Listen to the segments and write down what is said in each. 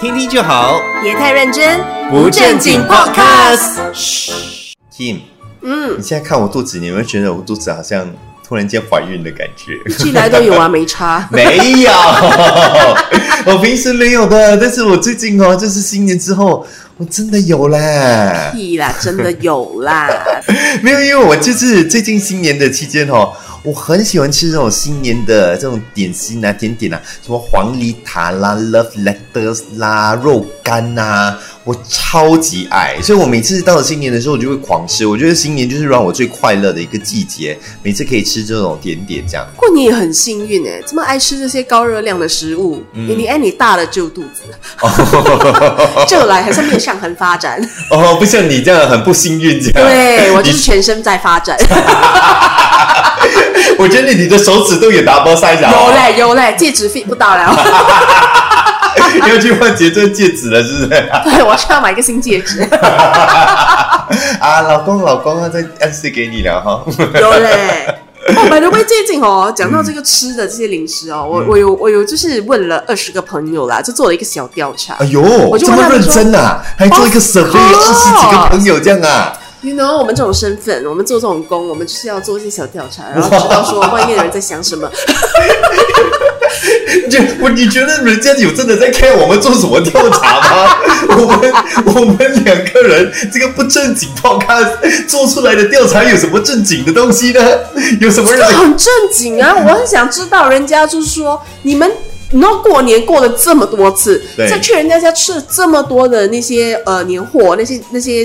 听听就好，别太认真，嘘，Kim，嗯，你现在看我肚子，你有没有觉得我肚子好像突然间怀孕的感觉？。进来都有完没差没有，我平时没有的，但是我最近哦，就是新年之后，我真的有嘞。屁啦，真的有 啦！ 没有，因为我就是最近新年的期间哦，我很喜欢吃这种新年的这种点心啊、甜点啊，什么黄梨塔啦、love letters 啦、肉干呐、啊我超级爱。所以我每次到了新年的时候，我就会狂吃。我觉得新年就是让我最快乐的一个季节，每次可以吃这种甜点这样。不过你也很幸运哎、这么爱吃这些高热量的食物，你你哎你大了就肚 子，就来还是面向很发展。哦，不像你这样很不幸运这样。 对我就是全身在发展，我觉得你的手指都有 double size 啊有嘞有嘞，戒指 fit 不到 了，要去换结婚戒指了，是不是？对我需要买一个新戒指。啊，老公，老公要再暗示给你了哈。有嘞。哦，by the way，最近哦，讲到这个吃的这些零食哦，我我有我有就是问了二十个朋友啦，就做了一个小调查。哎呦，我就这问么他们认说真啊，还做一个 Of survey，二十几个 course 朋友这样啊， You know，我们这种身份，我们做这种工，我们就是要做一些小调查，然后知道说外面的人在想 什么。 就我你觉得人家有真的在看我们做什么调查吗？ 我们我们两个人这个不正经 podcast 做出来的调查有什么正经的东西呢？有什么这人个？很正经啊，我很想知道人家就是说你们。你知道过年过了这么多次，对再去人家家吃了这么多的那些呃年货，那些那些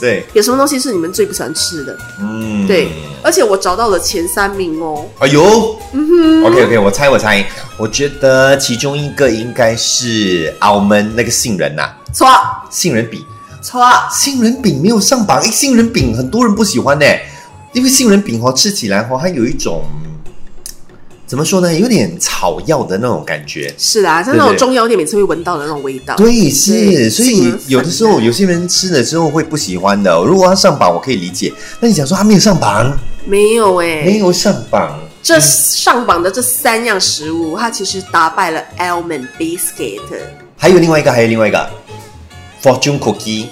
对，有什么东西是你们最不喜欢吃的？嗯，对，而且我找到了前三名哦，哎呦，嗯哼，OK OK，我猜我猜，我觉得其中一个应该是澳门那个杏仁呐、啊错杏仁饼。错，杏仁饼没有上榜，诶，杏仁饼很多人不喜欢呢，因为杏仁饼哦吃起来哦，它有一种怎么说呢，有点草药的那种感觉。是啦，像那对种对中药店每次会闻到的那种味道。对，是，对所杏仁以粉有的时候有些人吃了之后会不喜欢的。如果它上榜，我可以理解。那你想说它没有上榜，没有哎、没有上榜，嗯这上榜的这三样食物，它其实打败了 almond biscuit。还有另外一个，还有另外一个 fortune cookie。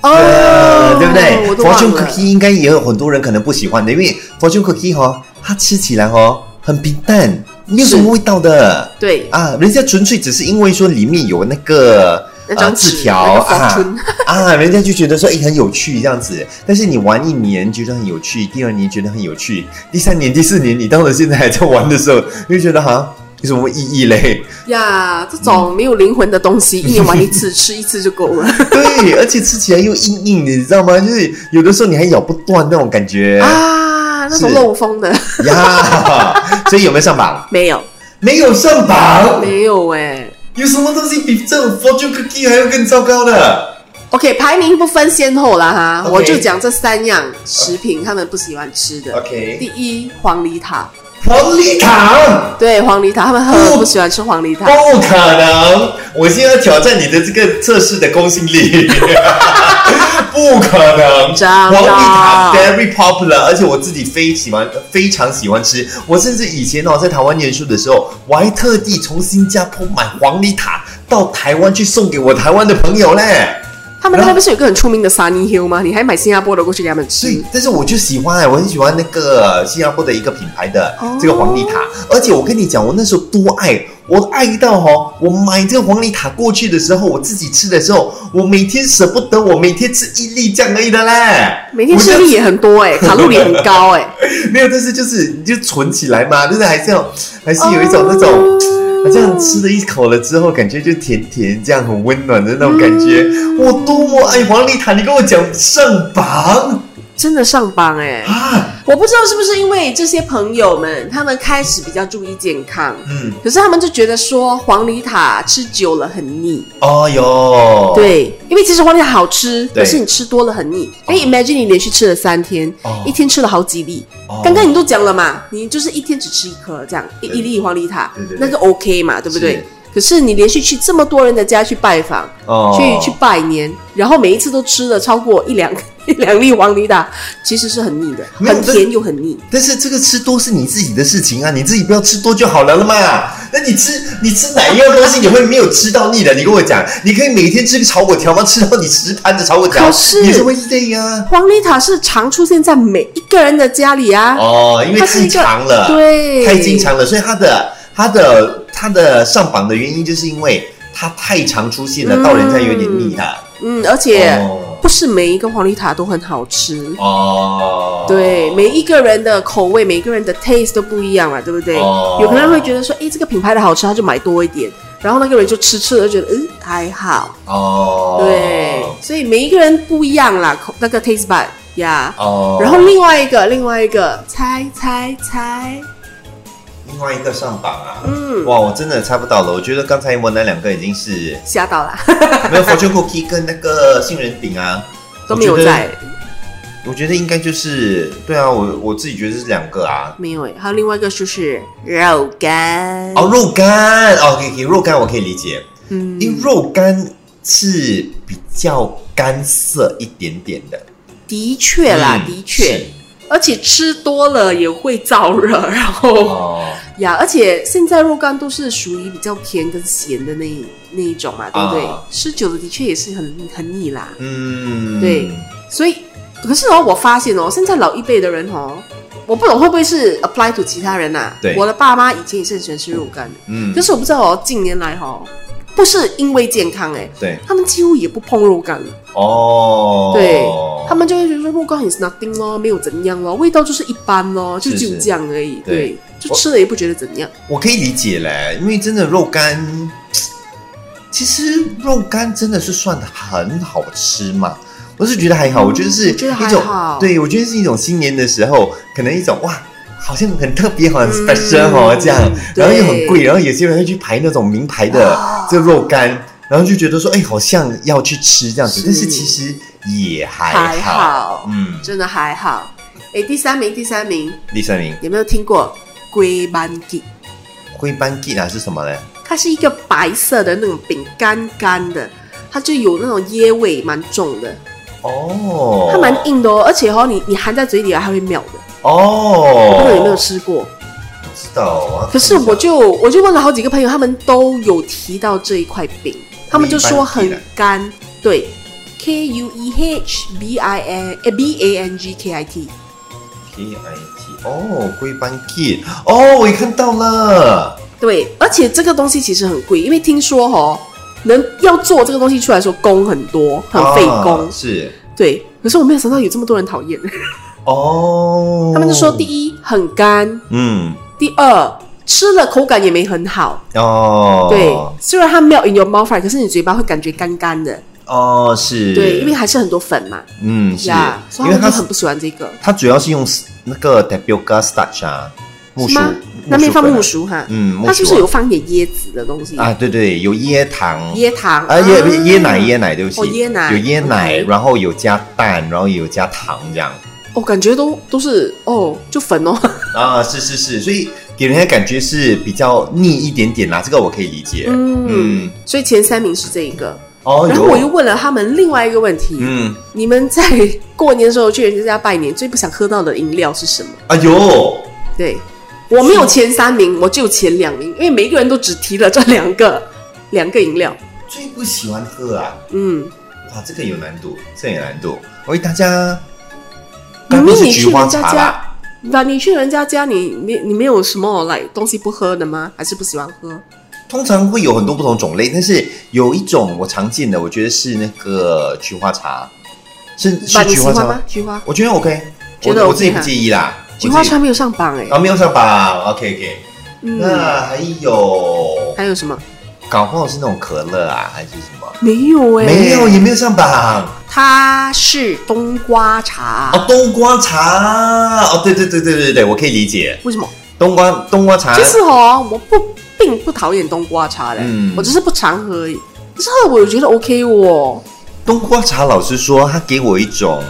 哦、呃，对不哎我对都忘了？Fortune cookie 应该也有很多人可能不喜欢的，因为 Fortune cookie 哈、哦，它吃起来哈、哦、很平淡，没有什么味道的对，啊。人家纯粹只是因为说里面有那 个那呃张纸字条那啊个 fortune 啊，人家就觉得说哎很有趣这样子。但是你玩一年觉得很有趣，第二年觉得很有趣，第三年、第四年你到了现在还在玩的时候，你就觉得好像有什么意义 嘞？呀这种没有灵魂的东 西，一年玩一次，吃一次就够了。对，而且吃起来又硬硬的，你知道吗？就是有的时候你还咬不断那种感觉。啊，那种是漏风的呀，所以有没有上榜？没有，没有上榜，没有哎、有什么东西比这种 fortune cookie 还要更糟糕的？ OK，排名不分先后啦哈 OK 我就讲这三样食品他们不喜欢吃的。 OK 第一黄梨塔，黄梨糖，对黄梨塔，他们哦很不喜欢吃黄梨塔。不可能！我现在要挑战你的这个测试的公信力， 不可能！张黄梨塔张 very popular，而且我自己非喜欢，非常喜欢吃。我甚至以前哦，在台湾念书的时候，我还特地从新加坡买黄梨塔到台湾去送给我台湾的朋友嘞。他们那边不是有一个很出名的 Sunny Hill 吗？你还买新加坡的过去给他们所以吃，，但是我就喜欢、我很喜欢那个新加坡的一个品牌的哦这个黄梨塔，而且我跟你讲，我那时候多爱，我爱到哦，我买这个黄梨塔过去的时候，我自己吃的时候，我每天舍不得，我每天吃一粒这样而已的嘞，每天吃我就力也很多哎、卡路里很高欸哎、没有，但是就是你就存起来嘛，就是还是要还是有一种那哦种。好像吃了一口了之后，感觉就甜甜，这样很温暖的那种感觉。嗯我多么爱黄梨塔，你跟我讲上榜真的上榜哎、啊！我不知道是不是因为这些朋友们他们开始比较注意健康，嗯，可是他们就觉得说黄梨塔吃久了很腻。哦哟，，对，因为其实黄梨好吃，对可是你吃多了很腻。可以 imagine 你连续吃了三天，哦一天吃了好几粒。哦刚刚你都讲了嘛，你就是一天只吃一颗这样，一一粒黄梨塔对对，对那个 OK 嘛，对不是对？可是你连续去这么多人的家去拜访，哦去去拜年，然后每一次都吃了超过一两 两粒黄梨达其实是很腻的，没有很甜又很腻。但是这个吃多是你自己的事情啊，你自己不要吃多就好了了嘛。那你吃你吃哪一样东西你会没有吃到腻的？你跟我讲，你可以每天吃个炒粿条吗？吃到你十盘的炒粿条，可是你是会累啊。黄梨塔是常出现在每一个人的家里啊，哦，因为它是太一个长了，对，太经常了，所以它的它的它的上榜的原因就是因为它太常出现了，嗯到人家有点腻它。嗯，而且哦不是每一个黄梨塔都很好吃。哦，对，每一个人的口味，每个人的 taste 都不一样嘛，对不对？哦有可能会觉得说，哎，这个品牌的好吃，他就买多一点。然后那个人就吃吃了，就觉得嗯还好，哦，对，所以每一个人不一样啦，口那个 taste bud 呀、哦，然后另外一个，另外一个，猜猜猜，另外一个上榜啊，嗯哇，我真的猜不到了。我觉得刚才我那两个已经是吓到啦，没有 fortune cookie 跟那个杏仁饼啊 都没有我在，觉得。我觉得应该就是对啊，我我自己觉得是两个啊。没有哎。还有另外一个就是肉干，哦，肉干哦，可以可以，肉干我可以理解，嗯因为肉干是比较干涩一点点的。的确啦，嗯的确，而且吃多了也会燥热，然是后哦呀，而且现在肉干都是属于比较甜跟咸的那一那一种嘛，对不对？啊吃久了的确也是很很腻啦，嗯，对所以可是哦，我发现哦，现在老一辈的人哦，我不懂会不会是 apply to 其他人呐、对我的爸妈以前也是很喜欢吃肉干的，嗯可，是我不知道哦，近年来哦，不是因为健康哎、对他们几乎也不碰肉干了。哦，对他们就会觉得说肉干很 nothing 咯，没有怎样咯，味道就是一般咯，就是就这样而已。对对，就吃了也不觉得怎样。我可以理解嘞，因为真的肉干，其实肉干真的是算很好吃嘛。我是觉得还好，我觉得是嗯我觉得一还种好，对我觉得是一种新年的时候，可能一种哇，好像很特别，很 special 哦、嗯这样，对然后又很贵，然后有些人会去排那种名牌的啊这肉干，然后就觉得说，哎，好像要去吃这样子，是但是其实也还好，还好嗯，真的还好。哎，第三名，第三名，第三名有没有听过龟班鸡？灰斑鸡啊是什么嘞？它是一个白色的那种饼干干的，它就有那种椰味，蛮重的，哦，它蛮硬的哦，而且哦，你你含在嘴里啊，它会秒的。哦，我不知道有没有吃过，知道啊。可是我就我就问了好几个朋友，他们都有提到这一块饼，他们就说一般很的干，对，K U E H B I N 呃 B A N G K I T， K I T 哦，龟斑 Kid 哦，我也看到了，对，而且这个东西其实很贵，因为听说哦，能要做这个东西出来的时候工很多，很费工啊，是对。可是我没有想到有这么多人讨厌，哦。他们就说第，一很干，嗯第二吃了口感也没很好，哦，对，虽然它 melt in your mouth，right，可是你嘴巴会感觉干干的，哦是，对，因为还是很多粉嘛。嗯是呀，，所因以为它他们就很不喜欢这个，它主要是用那个 tapioca starch 啊，木是薯啊吗？那边放木，薯哈，嗯，木薯它是不是有放点椰子的东西？啊？对对，有椰糖。椰糖啊，椰椰奶，椰奶，对不起，哦椰奶有椰奶， OK 然后有加蛋，然后有加糖这样。我哦感觉都都是哦，就粉哦，啊，是是是，所以给人家感觉是比较腻一点点啦，这个我可以理解。嗯嗯，所以前三名是这一个，哦，然后有我又问了他们另外一个问题，嗯，你们在过年的时候去人家家拜年，最不想喝到的饮料是什么？啊有，对我没有前三名，我只有前两名，因为每一个人都只提了这两个 两个饮料，最不喜欢喝啊，嗯，哇，这个有难度，这个有难度。喂，大家，明该不明是嗯你菊去花人家茶家吧？。那你去人家家，你没你没有什么来东西不喝的吗？还是不喜欢喝？通常会有很多不同种类，但是有一种我常见的，我觉得是那个菊花茶，是吧是菊你喜花欢茶吗？？菊花，我觉得 OK，觉得我 OK 我自己不哈介意啦。我菊花自己茶没有上榜哎、啊，没有上榜，OK OK。嗯，那还有还有什么？搞不好是那种可乐啊，还是什么？没有哎、没有，也没有上榜啊它是冬瓜茶。哦。冬瓜茶哦，对对对对对对，我可以理解。为什么？冬瓜冬瓜茶其实哦，我不并不讨厌冬瓜茶嘞、嗯我只是不常喝而已。可是喝了我觉得 OK 哦，冬瓜茶，老实说，它给我一种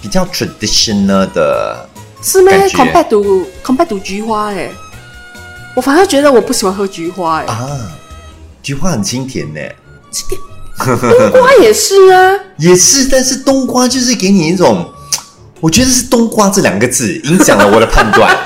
比较 traditional 的是咩感觉？compared to compared to 菊花哎、 我反而觉得我不喜欢喝菊花哎、啊，菊花很清甜呢。是甜冬瓜也是啊，也是，但是冬瓜就是给你一种，我觉得是冬瓜这两个字影响了我的判 断。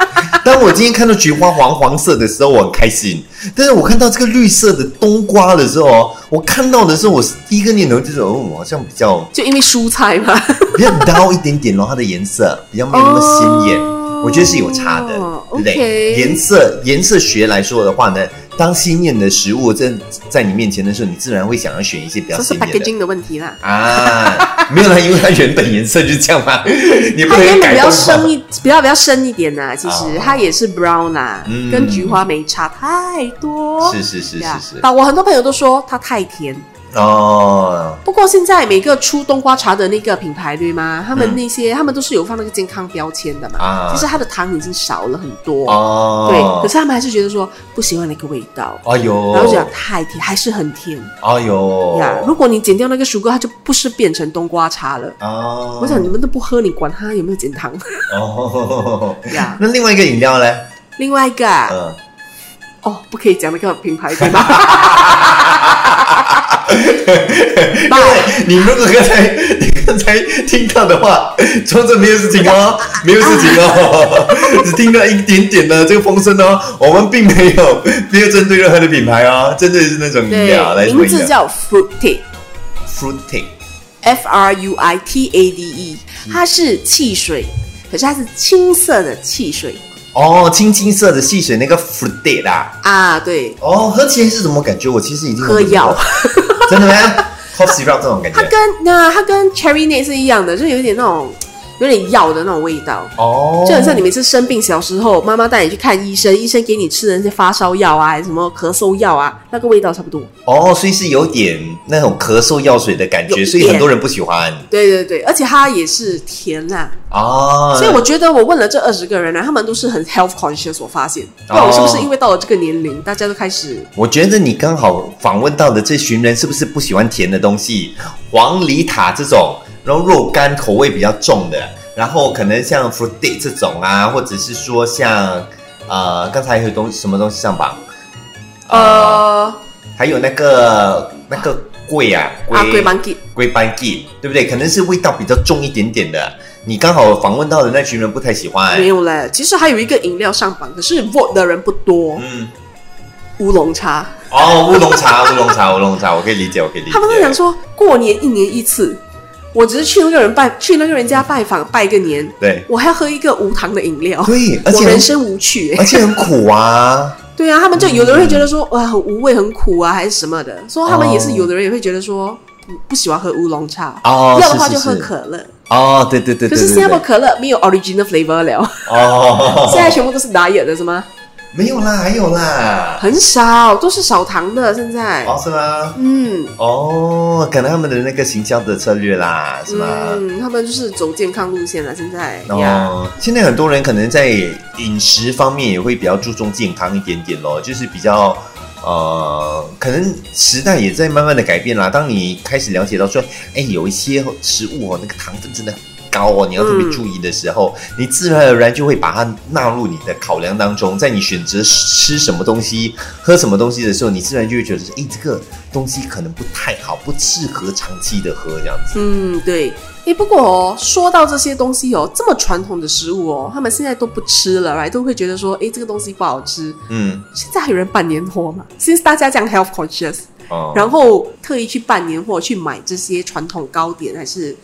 当我今天看到菊花黄黄色的时候，我很开心；但是我看到这个绿色的冬瓜的时候，我看到的时候，我第一个念头就是，哦，好像比较就因为蔬菜 嘛，比较 d 一点点，然后它的颜色比较没有那么鲜艳。哦我觉得是有差的，对不对？ OK 颜色颜色学来说的话呢，当鲜艳的食物在在你面前的时候，你自然会想要选一些比较这是鲜艳的 packaging 的问题啦。啊。没有啦，因为它原本颜色就是这样嘛，你不它能原本改比较动深嘛。一，比较比较深一点呐、其哦实它也是 brown 啦、嗯跟菊花没差太多。是是是是 Yeah，是但我很多朋友都说它太甜。哦，不过现在每个出冬瓜茶的那个品牌对吗？他们嗯那些、他们都是有放那个健康标签的嘛，啊其实它的糖已经少了很多。哦，对，可是他们还是觉得说不喜欢那个味道，哎呦，然后讲太甜，还是很甜哎呦，呀。如果你减掉那个熟哥，它就不是变成冬瓜茶了。哦，我想你们都不喝，你管它有没有 减糖哦，呀？那另外一个饮料嘞，另外一个啊嗯，哦，不可以讲那个品牌对吗？ 爸嗯你如果刚才你刚才听到的话，装着没有事情啊哦，没有事情哦， 只听到一点点的这个风声哦，我们并没有没有针对任何的品牌哦，针对的是那种饮料，来对，什么名饮料字叫 Fruity。 fruity F R U I T A D E，它是汽水，可是它是青色的汽水哦，青青色的汽水那个 fruity 啦，啊，对，哦，喝起来是什么感觉？我其实已经喝药， 真的吗？Top syrup 这种感它觉跟那、它跟 Cherry Nate 是一样的，就有一点那种有点药的那种味道。哦，就很像你每次生病，小时候妈妈带你去看医生，医生给你吃的那些发烧药啊，还是什么咳嗽药啊，那个味道差不多。哦，所以是有点那种咳嗽药水的感有觉，一所以很点多人不喜欢对对对，而且它也是甜啦、哦，所以我觉得我问了这二十个人啊呢、他们都是很 health conscious。我发现，不知道我是不是因为到了这个年龄，大家都开始我觉得你刚好访问到的这群人是不是不喜欢甜的东西？黄梨塔这种，然后肉干口味比较重的，然后可能像 fruit date 这种啊，或者是说像呃，刚才还有东什么东西上榜？呃，呃还有那个那个贵啊，啊，龟板给龟斑鸡，对不对？可能是味道比较重一点点的。你刚好访问到的那群人不太喜欢没，有嘞，其实还有一个饮料上榜，可是 vote 的人不多。嗯，乌龙茶，哦，乌龙茶，乌龙茶，乌龙茶，我可以理解，我可以理解。他们都讲说过年一年一次，我只是去那个人拜去那个人家拜访拜个年，对我还要喝一个无糖的饮料，对，而我且人生无趣、而欸。且很苦啊。对啊，他们就有的人会觉得说哇很无味很苦啊，还是什么的，说他们也是哦有的人也会觉得说不不喜欢喝乌龙茶。 哦，要的话是就是喝是可乐，哦，对对对对可对是对新加坡可乐没有 original flavor 了，哦，现在全部都是 diet 的是吗？没有啦，还有啦，很少，都是少糖的现在。哦是吗？嗯，哦，可能他们的那个行销的策略啦，是吗？嗯，他们就是走健康路线了，现在呀。哦，现在很多人可能在饮食方面也会比较注重健康一点点咯，就是比较呃，可能时代也在慢慢的改变啦。当你开始了解到说，哎，有一些食物哦，那个糖分真的很高哦，你要特别嗯注意的时候，你自然而然就会把它纳入你的考量当中。在你选择吃什么东西、喝什么东西的时候，你自然就会觉得说，哎，这个东西可能不太好，不适合长期的喝这样子。嗯，对。哎，不过哦，说到这些东西哦，这么传统的食物哦，他们现在都不吃了，right？都会觉得说，哎，这个东西不好吃。嗯，现在还有人办年货嘛？ 现在大家这样 health conscious，哦，然后特意去办年货，去买这些传统糕点还是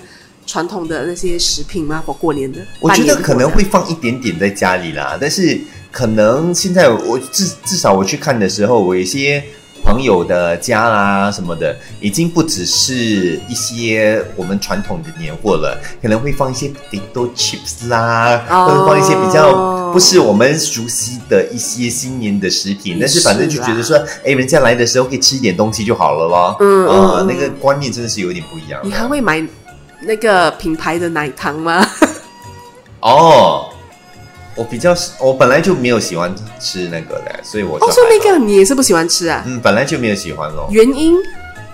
传统的那些食品吗？过过年的，我觉得办年货的可能会放一点点在家里啦，但是可能现在我至至少我去看的时候，我有一些朋友的家啦什么的，已经不只是一些我们传统的年货了，可能会放一些 potato chips 啦，哦或者放一些比较不是我们熟悉的一些新年的食哦品，但是反正就觉得说，哎，人家来的时候可以吃一点东西就好了咯。啊嗯呃嗯嗯那个观念真的是有点不一样的。你还会买那个品牌的奶糖 吗？哦，我比较喜，我本来就没有喜欢吃那个的，所以我就哦，所以还好那个你也是不喜欢吃啊？嗯，本来就没有喜欢咯，原因